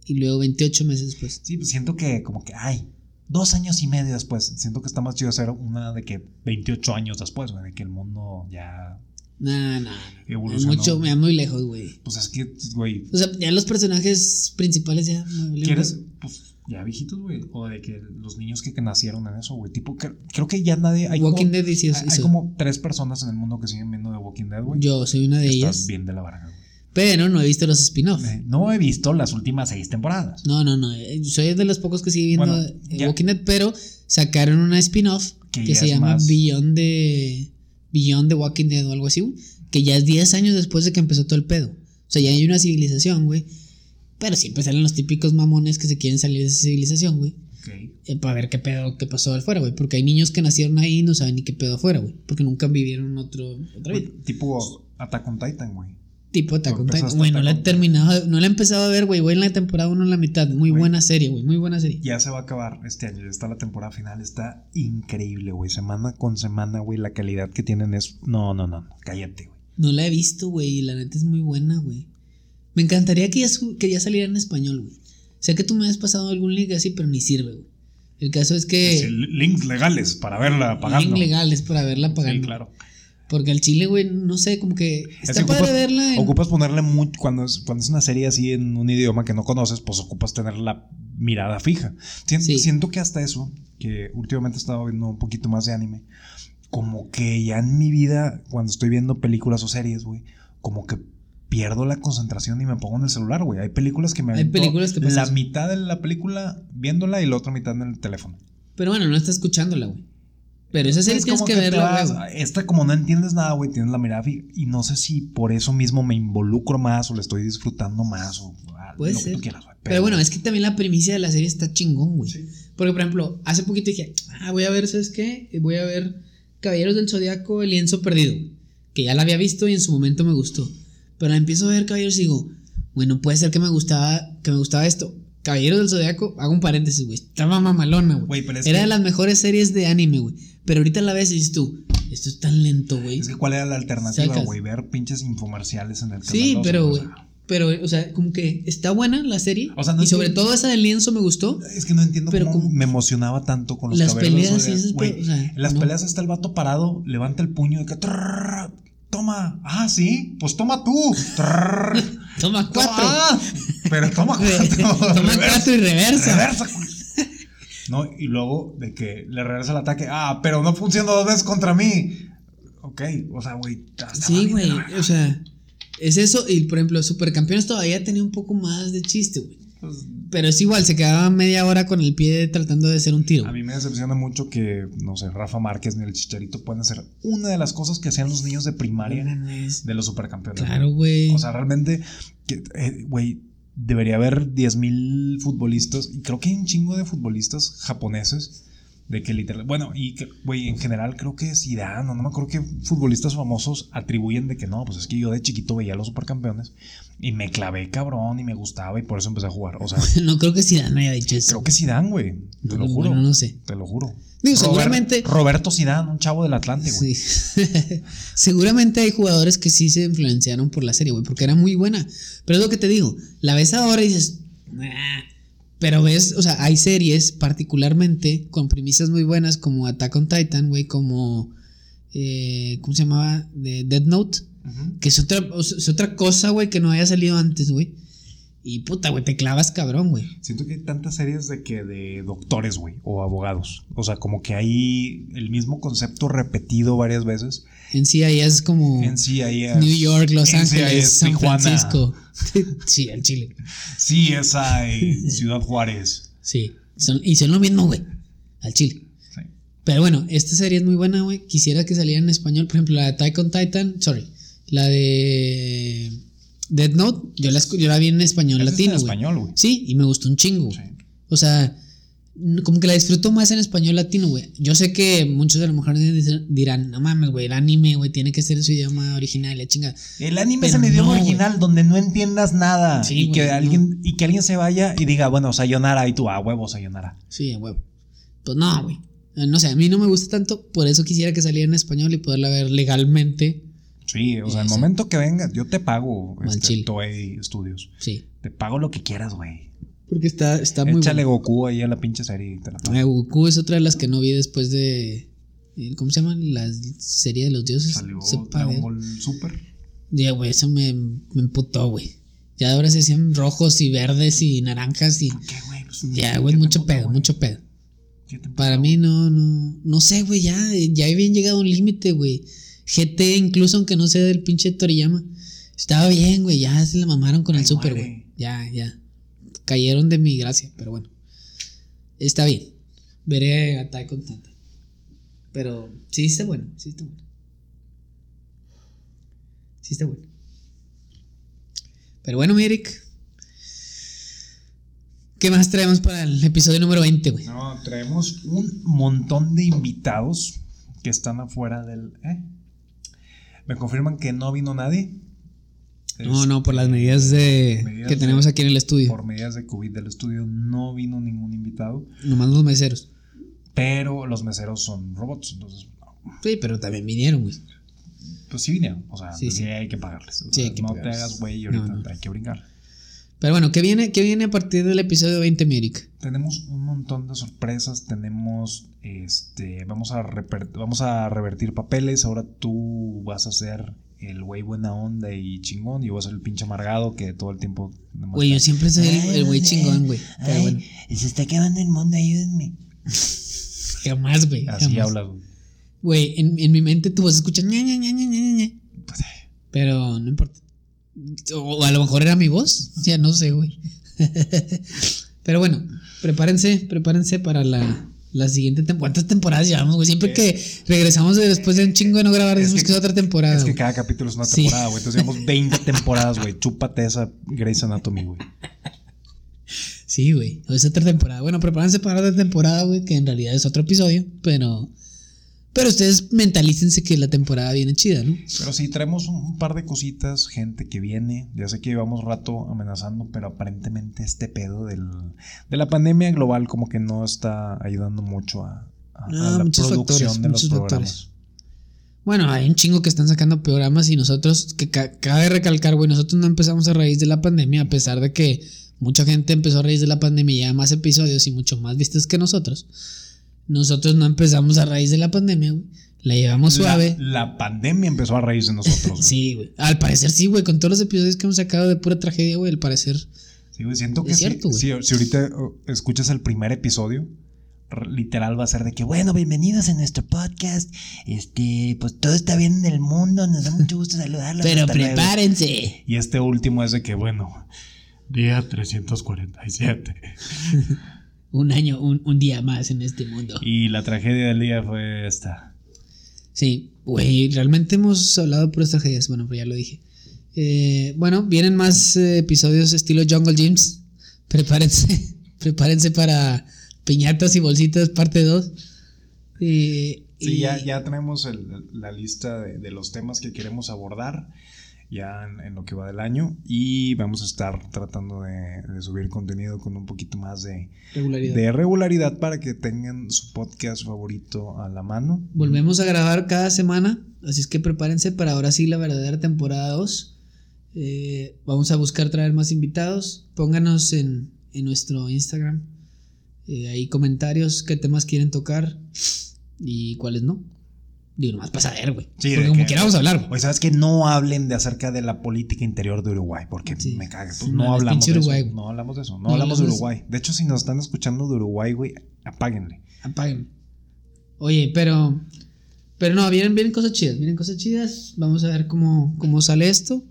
[SPEAKER 2] y luego 28 meses después.
[SPEAKER 1] Sí, pues siento que como que ay, dos años y medio después. Siento que está más chido hacer una de que 28 años después, güey, de que el mundo ya
[SPEAKER 2] Nah, nah. Es
[SPEAKER 1] evolucionó.
[SPEAKER 2] mucho, me da muy lejos, güey.
[SPEAKER 1] Pues es que, güey,
[SPEAKER 2] O sea, ya los personajes principales ya me valen
[SPEAKER 1] ¿Quieres?
[SPEAKER 2] madre.
[SPEAKER 1] Pues ya viejitos, güey. O de que los niños que, que nacieron en eso, güey. Tipo, cre- creo que ya nadie. Hay,
[SPEAKER 2] Walking
[SPEAKER 1] como,
[SPEAKER 2] Dead y
[SPEAKER 1] hay- hay como tres personas en el mundo que siguen viendo de Walking Dead, güey.
[SPEAKER 2] Yo soy una de
[SPEAKER 1] Estás
[SPEAKER 2] ellas,
[SPEAKER 1] bien de la verga, güey.
[SPEAKER 2] pero no he visto los spin-offs.
[SPEAKER 1] Eh, No he visto las últimas seis temporadas.
[SPEAKER 2] No, no, no. eh, Soy de los pocos que sigue viendo
[SPEAKER 1] Bueno,
[SPEAKER 2] eh,
[SPEAKER 1] ya.
[SPEAKER 2] Walking Dead, pero sacaron una spin-off
[SPEAKER 1] Que
[SPEAKER 2] que,
[SPEAKER 1] ya
[SPEAKER 2] se
[SPEAKER 1] es
[SPEAKER 2] llama
[SPEAKER 1] más-
[SPEAKER 2] Beyond the, Beyond the Walking Dead o algo así, güey, que ya es 10 años después de que empezó todo el pedo. O sea, ya hay una civilización, güey. Pero siempre salen los típicos mamones que se quieren salir de esa civilización, güey. eh, para ver qué pedo, qué pasó afuera, güey. Porque hay niños que nacieron ahí y no saben ni qué pedo afuera, güey. Porque nunca vivieron otro, otra vida.
[SPEAKER 1] Güey, tipo Attack on Titan, güey.
[SPEAKER 2] Tipo Attack on
[SPEAKER 1] empezaste
[SPEAKER 2] Titan. Güey, no
[SPEAKER 1] Attack
[SPEAKER 2] la he
[SPEAKER 1] on Titan.
[SPEAKER 2] terminado, no la he empezado a ver, güey. Voy en la temporada 1 en la mitad. Muy
[SPEAKER 1] Güey.
[SPEAKER 2] buena serie, güey. Muy buena serie.
[SPEAKER 1] Ya se va a acabar este año. Ya está la temporada final. Está increíble, güey. Semana con semana, güey. La calidad que tienen es. No, no, no. no. Cállate, güey.
[SPEAKER 2] No la he visto, güey, y la neta es muy buena, güey. Me encantaría que ya, su- que ya saliera en español, güey. Sé que tú me has pasado algún link así, pero ni sirve, güey. El caso es
[SPEAKER 1] Es
[SPEAKER 2] que...
[SPEAKER 1] el- Links legales para verla pagando.
[SPEAKER 2] Eh. Link legal es para verla pagando.
[SPEAKER 1] Sí, claro.
[SPEAKER 2] Porque al chile, güey, no sé, como que...
[SPEAKER 1] Es
[SPEAKER 2] Está
[SPEAKER 1] que
[SPEAKER 2] padre
[SPEAKER 1] ocupas-
[SPEAKER 2] verla en...
[SPEAKER 1] Ocupas ponerle mucho cuando es, cuando es una serie así en un idioma que no conoces, pues ocupas tener la mirada fija. Sien-
[SPEAKER 2] Sí.
[SPEAKER 1] Siento que hasta eso, que últimamente he estado viendo un poquito más de anime, como que ya en mi vida, cuando estoy viendo películas o series, güey, como que pierdo la concentración y me pongo en el celular, güey. Hay películas que me
[SPEAKER 2] Hay
[SPEAKER 1] aviento
[SPEAKER 2] películas que pasa
[SPEAKER 1] la
[SPEAKER 2] eso.
[SPEAKER 1] mitad de la película viéndola y la otra mitad en el teléfono.
[SPEAKER 2] Pero bueno, no está escuchándola, güey. Pero esa serie
[SPEAKER 1] Es
[SPEAKER 2] tienes
[SPEAKER 1] como
[SPEAKER 2] que,
[SPEAKER 1] te
[SPEAKER 2] verla,
[SPEAKER 1] vas-
[SPEAKER 2] güey.
[SPEAKER 1] Esta, como no entiendes nada, güey, tienes la mirada fija. Y no sé si por eso mismo me involucro más o le estoy disfrutando más o ah,
[SPEAKER 2] Puede
[SPEAKER 1] lo que
[SPEAKER 2] ser.
[SPEAKER 1] tú quieras, güey.
[SPEAKER 2] Pero bueno, es que también la primicia de la serie está chingón, güey.
[SPEAKER 1] Sí.
[SPEAKER 2] Porque, por ejemplo, hace poquito dije, ah, voy a ver, ¿sabes qué? Voy a ver Caballeros del Zodiaco, El Lienzo Perdido, güey, que ya la había visto y en su momento me gustó. Pero la empiezo a ver Caballeros y digo, bueno, puede ser que me gustaba, que me gustaba esto. Caballeros del Zodiaco, hago un paréntesis, güey, estaba mamalona, güey.
[SPEAKER 1] Güey, pero es
[SPEAKER 2] Era
[SPEAKER 1] que-
[SPEAKER 2] de las mejores series de anime, güey. Pero ahorita la ves y dices tú, esto es tan lento, güey.
[SPEAKER 1] Es que cuál era la alternativa,
[SPEAKER 2] Sacas.
[SPEAKER 1] güey, ver pinches infomerciales en el canal
[SPEAKER 2] Sí,
[SPEAKER 1] 12,
[SPEAKER 2] pero,
[SPEAKER 1] o
[SPEAKER 2] güey.
[SPEAKER 1] sea,
[SPEAKER 2] Pero, o sea, como que está buena la serie.
[SPEAKER 1] O sea, no
[SPEAKER 2] y
[SPEAKER 1] es
[SPEAKER 2] sobre
[SPEAKER 1] que-
[SPEAKER 2] todo esa del lienzo me gustó.
[SPEAKER 1] Es que no entiendo
[SPEAKER 2] Pero
[SPEAKER 1] cómo
[SPEAKER 2] como-
[SPEAKER 1] me emocionaba tanto con los
[SPEAKER 2] Las
[SPEAKER 1] cabellos.
[SPEAKER 2] peleas y
[SPEAKER 1] oiga,
[SPEAKER 2] esas
[SPEAKER 1] güey.
[SPEAKER 2] pe- o sea,
[SPEAKER 1] En las
[SPEAKER 2] no.
[SPEAKER 1] peleas está el vato parado, levanta el puño y que. "Trrr, toma. Ah, sí. Pues toma tú. Trrr,
[SPEAKER 2] Toma cuatro.
[SPEAKER 1] ah, pero toma cuatro.
[SPEAKER 2] Toma
[SPEAKER 1] Reversa,
[SPEAKER 2] cuatro y reversa.
[SPEAKER 1] reversa, güey. No, y luego de que le regresa el ataque. Ah, pero no funciona dos veces contra mí. Ok, o sea, güey. hasta va
[SPEAKER 2] Sí,
[SPEAKER 1] bien,
[SPEAKER 2] güey.
[SPEAKER 1] la verga.
[SPEAKER 2] O sea, es eso. Y por ejemplo, Supercampeones todavía tenía un poco más de chiste, güey.
[SPEAKER 1] Pues,
[SPEAKER 2] Pero es igual, se quedaba media hora con el pie tratando de hacer un tiro.
[SPEAKER 1] A mí me decepciona mucho que, no sé, Rafa Márquez ni el Chicharito pueden hacer una de las cosas que hacían los niños de primaria de los supercampeones.
[SPEAKER 2] Claro, güey.
[SPEAKER 1] O sea, realmente, que, eh, güey, debería haber 10.000 futbolistas, y creo que hay un chingo de futbolistas japoneses, de que literal, bueno, y que, güey, en general creo que es Zidane, o no me acuerdo que futbolistas famosos atribuyen de que no, pues es que yo de chiquito veía a los supercampeones, y me clavé cabrón, y me gustaba, y por eso empecé a jugar. O sea,
[SPEAKER 2] no creo que Zidane haya dicho eso.
[SPEAKER 1] creo que Zidane, güey, te lo
[SPEAKER 2] Bueno,
[SPEAKER 1] juro.
[SPEAKER 2] no sé.
[SPEAKER 1] Te lo juro.
[SPEAKER 2] Digo,
[SPEAKER 1] Robert-
[SPEAKER 2] seguramente-
[SPEAKER 1] Roberto Zidane, un chavo del Atlante, güey.
[SPEAKER 2] Sí. Seguramente hay jugadores que sí se influenciaron por la serie, güey, porque era muy buena. Pero es lo que te digo, la ves ahora y dices, "Nah". pero ves, o sea, hay series particularmente con premisas muy buenas como Attack on Titan, güey, como, eh, ¿cómo se llamaba? De Dead Note,
[SPEAKER 1] Ujú.
[SPEAKER 2] que es otra, o sea, es otra cosa, güey, que no haya salido antes, güey. Y puta, güey, te clavas cabrón, güey.
[SPEAKER 1] Siento que hay tantas series de que de doctores, güey, o abogados. O sea, como que hay el mismo concepto repetido varias veces.
[SPEAKER 2] En sí ahí es como...
[SPEAKER 1] En sí, ahí es.
[SPEAKER 2] Mm. New York, Los
[SPEAKER 1] en sí, ahí
[SPEAKER 2] Ángeles,
[SPEAKER 1] es
[SPEAKER 2] San
[SPEAKER 1] Tijuana.
[SPEAKER 2] Francisco. sí, al Chile.
[SPEAKER 1] Sí, es ahí, Ciudad Juárez.
[SPEAKER 2] Sí. Son, y son lo mismo, güey. Al chile.
[SPEAKER 1] Sí.
[SPEAKER 2] Pero bueno, esta serie es muy buena, güey. Quisiera que saliera en español. Por ejemplo, la de Attack on Titan. Sorry. La de Dead Note. Yo la, escu- yo la vi en español
[SPEAKER 1] Ese
[SPEAKER 2] latino,
[SPEAKER 1] está en
[SPEAKER 2] güey.
[SPEAKER 1] español, güey.
[SPEAKER 2] Sí, y me gustó un chingo. güey.
[SPEAKER 1] Sí.
[SPEAKER 2] O sea, n- como que la disfruto más en español latino, güey. Yo sé que muchos a lo mejor dicen- dirán, no mames, güey, el anime, güey, tiene que ser en su idioma original, la chinga.
[SPEAKER 1] El anime
[SPEAKER 2] Pero
[SPEAKER 1] es en idioma
[SPEAKER 2] no,
[SPEAKER 1] original donde no entiendas nada.
[SPEAKER 2] Sí,
[SPEAKER 1] y, que
[SPEAKER 2] güey, no.
[SPEAKER 1] alguien, y que alguien se vaya y diga, bueno, Sayonara, y tú, ah, huevo, Sayonara.
[SPEAKER 2] Sí, a huevo. Pues no, güey. Eh, No sé, a mí no me gusta tanto, por eso quisiera que saliera en español y poderla ver legalmente.
[SPEAKER 1] Sí, o sea, el
[SPEAKER 2] Sí.
[SPEAKER 1] momento que venga, yo te pago,
[SPEAKER 2] Mal
[SPEAKER 1] este,
[SPEAKER 2] chile.
[SPEAKER 1] Toei Studios.
[SPEAKER 2] Sí,
[SPEAKER 1] Te pago lo que quieras, güey.
[SPEAKER 2] porque está, está muy
[SPEAKER 1] Échale
[SPEAKER 2] bueno.
[SPEAKER 1] Goku ahí a la pinche serie y te la pago.
[SPEAKER 2] Eh, Goku es otra de las que no vi después de. eh, ¿Cómo se llama? La serie de los dioses.
[SPEAKER 1] Salió
[SPEAKER 2] Pues, Se
[SPEAKER 1] Dragon
[SPEAKER 2] pare-
[SPEAKER 1] Ball Super.
[SPEAKER 2] Ya, güey, eso me, me emputó, güey. Ya ahora se hacían rojos y verdes y naranjas y.
[SPEAKER 1] ¿Qué, güey? Pues,
[SPEAKER 2] Ya,
[SPEAKER 1] ¿qué
[SPEAKER 2] güey,
[SPEAKER 1] te
[SPEAKER 2] mucho
[SPEAKER 1] importa,
[SPEAKER 2] pedo,
[SPEAKER 1] güey?
[SPEAKER 2] mucho pedo.
[SPEAKER 1] ¿Qué te importa,
[SPEAKER 2] Para mí no, no, no sé, güey, ya, ya habían llegado a un límite, güey. GT, incluso aunque no sea del pinche Toriyama, estaba bien, güey, ya se la mamaron con
[SPEAKER 1] Ay,
[SPEAKER 2] el Super,
[SPEAKER 1] muere.
[SPEAKER 2] güey. Ya, ya. Cayeron de mi gracia, pero bueno. Está bien. Veré a Tai con tanta. Pero sí está bueno, sí está bueno. Sí está bueno. Pero bueno, mi Eric. ¿Qué más traemos para el episodio número 20, güey?
[SPEAKER 1] No, traemos un montón de invitados que están afuera del. ¿eh? Me confirman que no vino nadie.
[SPEAKER 2] No,
[SPEAKER 1] Es-
[SPEAKER 2] no, por las medidas de
[SPEAKER 1] medidas
[SPEAKER 2] que tenemos
[SPEAKER 1] de-
[SPEAKER 2] aquí en el estudio.
[SPEAKER 1] Por medidas de COVID del estudio no vino ningún invitado,
[SPEAKER 2] Nomás los meseros.
[SPEAKER 1] pero los meseros son robots, entonces,
[SPEAKER 2] Sí, pero también vinieron, güey.
[SPEAKER 1] pues sí vinieron, o sea,
[SPEAKER 2] Sí,
[SPEAKER 1] sí,
[SPEAKER 2] sí.
[SPEAKER 1] hay que pagarles. O
[SPEAKER 2] Sí,
[SPEAKER 1] sea,
[SPEAKER 2] hay que
[SPEAKER 1] no
[SPEAKER 2] pagarles.
[SPEAKER 1] te hagas güey y ahorita
[SPEAKER 2] No, no.
[SPEAKER 1] hay que brincar.
[SPEAKER 2] Pero bueno, ¿qué viene, qué viene a partir del episodio 20, mi Eric?
[SPEAKER 1] Tenemos un montón de sorpresas, tenemos, este, vamos a, reper- vamos a revertir papeles, ahora tú vas a ser el güey buena onda y chingón, y yo voy a ser el pinche amargado que todo el tiempo... nomás
[SPEAKER 2] Güey, yo
[SPEAKER 1] está-
[SPEAKER 2] siempre soy el el güey chingón, güey. Pero bueno,
[SPEAKER 1] se está acabando el mundo, ayúdenme.
[SPEAKER 2] jamás, pues, güey.
[SPEAKER 1] Así
[SPEAKER 2] jamás.
[SPEAKER 1] hablas, güey.
[SPEAKER 2] Güey, en, en mi mente tú vas a escuchar ña, ña, ña, ña, ña, ña, ña.
[SPEAKER 1] Pues, eh,
[SPEAKER 2] Pero no importa. O a lo mejor era mi voz. Ya no sé, güey. Pero bueno, prepárense, prepárense para la, la siguiente temporada. ¿Cuántas temporadas llevamos, güey? Siempre que regresamos de después de un chingo de no grabar,
[SPEAKER 1] Es
[SPEAKER 2] decimos
[SPEAKER 1] que-
[SPEAKER 2] que es otra temporada.
[SPEAKER 1] es que
[SPEAKER 2] güey.
[SPEAKER 1] cada capítulo es una
[SPEAKER 2] Sí.
[SPEAKER 1] temporada, güey. Entonces llevamos 20 temporadas, güey. Chúpate esa Grey's Anatomy, güey.
[SPEAKER 2] Sí, güey. Es otra temporada. Bueno, prepárense para otra temporada, güey, que en realidad es otro episodio, pero. Pero ustedes mentalícense que la temporada viene chida, ¿no?
[SPEAKER 1] Pero sí, traemos un, un par de cositas, gente que viene. Ya sé que llevamos rato amenazando, pero aparentemente este pedo del, de la pandemia global como que no está ayudando mucho a, a- a
[SPEAKER 2] Ah,
[SPEAKER 1] la
[SPEAKER 2] muchos
[SPEAKER 1] producción
[SPEAKER 2] factores,
[SPEAKER 1] de los
[SPEAKER 2] muchos
[SPEAKER 1] programas.
[SPEAKER 2] factores. Bueno, hay un chingo que están sacando programas y nosotros, que ca- cabe recalcar, güey, nosotros no empezamos a raíz de la pandemia, a pesar de que mucha gente empezó a raíz de la pandemia y ya más episodios y mucho más vistas que nosotros. Nosotros no empezamos a raíz de la pandemia, güey. La llevamos suave.
[SPEAKER 1] La, la pandemia empezó a raíz de nosotros. güey.
[SPEAKER 2] Sí, güey. Al parecer sí, güey. Con todos los episodios que hemos sacado de pura tragedia, güey, al parecer.
[SPEAKER 1] Sí, güey, siento
[SPEAKER 2] Es
[SPEAKER 1] que si-
[SPEAKER 2] cierto, güey.
[SPEAKER 1] si, si ahorita oh, escuchas el primer episodio, r- literal va a ser de que, bueno, bienvenidos a nuestro podcast. Este, pues todo está bien en el mundo, nos da mucho gusto saludarlos.
[SPEAKER 2] Pero
[SPEAKER 1] hasta luego".
[SPEAKER 2] prepárense.
[SPEAKER 1] Y este último es de que, bueno, día 347.
[SPEAKER 2] Un año, un, un día más en este mundo.
[SPEAKER 1] Y la tragedia del día fue esta.
[SPEAKER 2] Sí, güey. Realmente hemos hablado de puras tragedias. Bueno, pues ya lo dije. Eh, bueno, vienen más eh, episodios estilo Jungle Gyms. Prepárense. prepárense para piñatas y bolsitas, parte 2. Eh,
[SPEAKER 1] Sí,
[SPEAKER 2] y-
[SPEAKER 1] ya, ya tenemos el- la lista de, de los temas que queremos abordar ya en, en lo que va del año y vamos a estar tratando de, de subir contenido con un poquito más de,
[SPEAKER 2] Regularidad.
[SPEAKER 1] de regularidad para que tengan su podcast favorito a la mano.
[SPEAKER 2] Volvemos a grabar cada semana, así es que prepárense para ahora sí la verdadera temporada 2. Eh, vamos a buscar traer más invitados. Pónganos en, en nuestro Instagram eh, ahí comentarios, qué temas quieren tocar y cuáles no. Digo, nomás para saber, güey.
[SPEAKER 1] Sí,
[SPEAKER 2] Porque
[SPEAKER 1] de
[SPEAKER 2] como
[SPEAKER 1] que-
[SPEAKER 2] quiera vamos a hablar, güey.
[SPEAKER 1] Oye, ¿sabes que No hablen de acerca de la política interior de Uruguay, porque
[SPEAKER 2] Sí.
[SPEAKER 1] me caga.
[SPEAKER 2] Sí,
[SPEAKER 1] no,
[SPEAKER 2] mames,
[SPEAKER 1] hablamos
[SPEAKER 2] pinche
[SPEAKER 1] de
[SPEAKER 2] Uruguay,
[SPEAKER 1] eso,
[SPEAKER 2] güey.
[SPEAKER 1] no hablamos de eso. No,
[SPEAKER 2] No
[SPEAKER 1] hablamos de
[SPEAKER 2] hablamos-
[SPEAKER 1] Uruguay. De hecho, si nos están escuchando de Uruguay, güey, apáguenle.
[SPEAKER 2] Apáguenme. Oye, pero. Pero no, vienen, vienen cosas chidas, vienen cosas chidas. Vamos a ver cómo, cómo sale esto.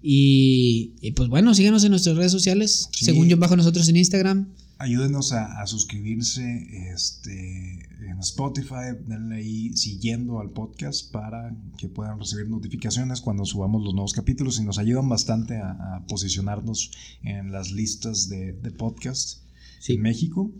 [SPEAKER 2] Y, y pues bueno, síganos en nuestras redes sociales.
[SPEAKER 1] Sí.
[SPEAKER 2] Según yo, bajo nosotros en Instagram.
[SPEAKER 1] Ayúdenos a, a suscribirse este, en Spotify, denle ahí siguiendo al podcast para que puedan recibir notificaciones cuando subamos los nuevos capítulos y nos ayudan bastante a, a posicionarnos en las listas de, de podcast en México.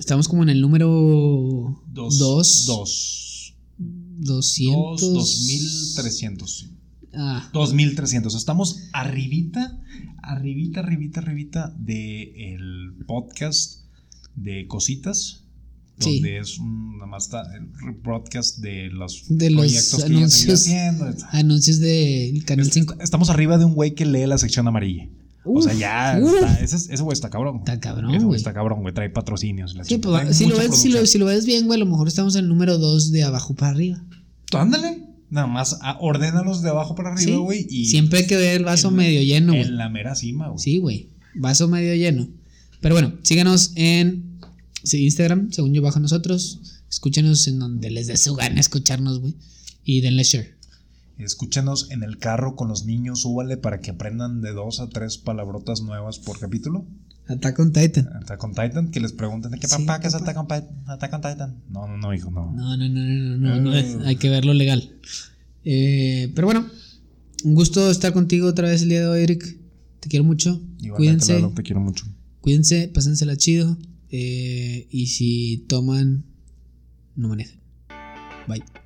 [SPEAKER 2] Estamos como en el número 2.
[SPEAKER 1] Dos. Dos.
[SPEAKER 2] 200.
[SPEAKER 1] Dos, 2300.
[SPEAKER 2] Ah,
[SPEAKER 1] 2300. Estamos arribita, arribita, arribita, arribita de el podcast de cositas.
[SPEAKER 2] Sí.
[SPEAKER 1] Donde es un, nada más está el podcast de los
[SPEAKER 2] De los
[SPEAKER 1] proyectos que ya se
[SPEAKER 2] anuncios.
[SPEAKER 1] haciendo.
[SPEAKER 2] anuncios del canal
[SPEAKER 1] Es-
[SPEAKER 2] 5.
[SPEAKER 1] Estamos arriba de un güey que lee la sección amarilla. Este, o sea, ya.
[SPEAKER 2] uf.
[SPEAKER 1] está- ese, ese güey está cabrón.
[SPEAKER 2] Está cabrón,
[SPEAKER 1] Ese
[SPEAKER 2] güey.
[SPEAKER 1] Está cabrón, güey. Trae patrocinios. y la
[SPEAKER 2] Sí,
[SPEAKER 1] chingada.
[SPEAKER 2] pues, va-
[SPEAKER 1] Trae
[SPEAKER 2] si, lo
[SPEAKER 1] mucha
[SPEAKER 2] ves, si, lo,
[SPEAKER 1] producción.
[SPEAKER 2] si lo ves bien, güey, a lo mejor estamos en el número 2 de abajo para arriba.
[SPEAKER 1] Tú ándale. Nada más a- ordénalos de abajo para
[SPEAKER 2] Sí.
[SPEAKER 1] arriba, güey. Y
[SPEAKER 2] Siempre hay que ver el vaso
[SPEAKER 1] en-
[SPEAKER 2] medio lleno, güey.
[SPEAKER 1] en la mera cima, güey.
[SPEAKER 2] Sí, güey. Vaso medio lleno. Pero bueno, síganos en sí, Instagram, según yo bajo nosotros. Escúchenos en donde les dé su gana escucharnos, güey. Y denle share.
[SPEAKER 1] Escúchanos en el carro con los niños, súbale para que aprendan de dos a tres palabrotas nuevas por capítulo.
[SPEAKER 2] Attack on Titan.
[SPEAKER 1] Attack on Titan, que les pregunten de qué
[SPEAKER 2] Sí,
[SPEAKER 1] papá, que es
[SPEAKER 2] papá.
[SPEAKER 1] Attack on, Titan? Attack on Titan. No, no, no, hijo, no.
[SPEAKER 2] No, no, no, no, no, no,
[SPEAKER 1] Ah.
[SPEAKER 2] no, hay que verlo legal. Eh, pero bueno, un gusto estar contigo otra vez el día de hoy, Eric. Te quiero mucho.
[SPEAKER 1] Igualmente,
[SPEAKER 2] Cuídense,
[SPEAKER 1] Lalo, te quiero mucho.
[SPEAKER 2] cuídense, pásensela chido. Eh, y si toman, no manejen. Bye.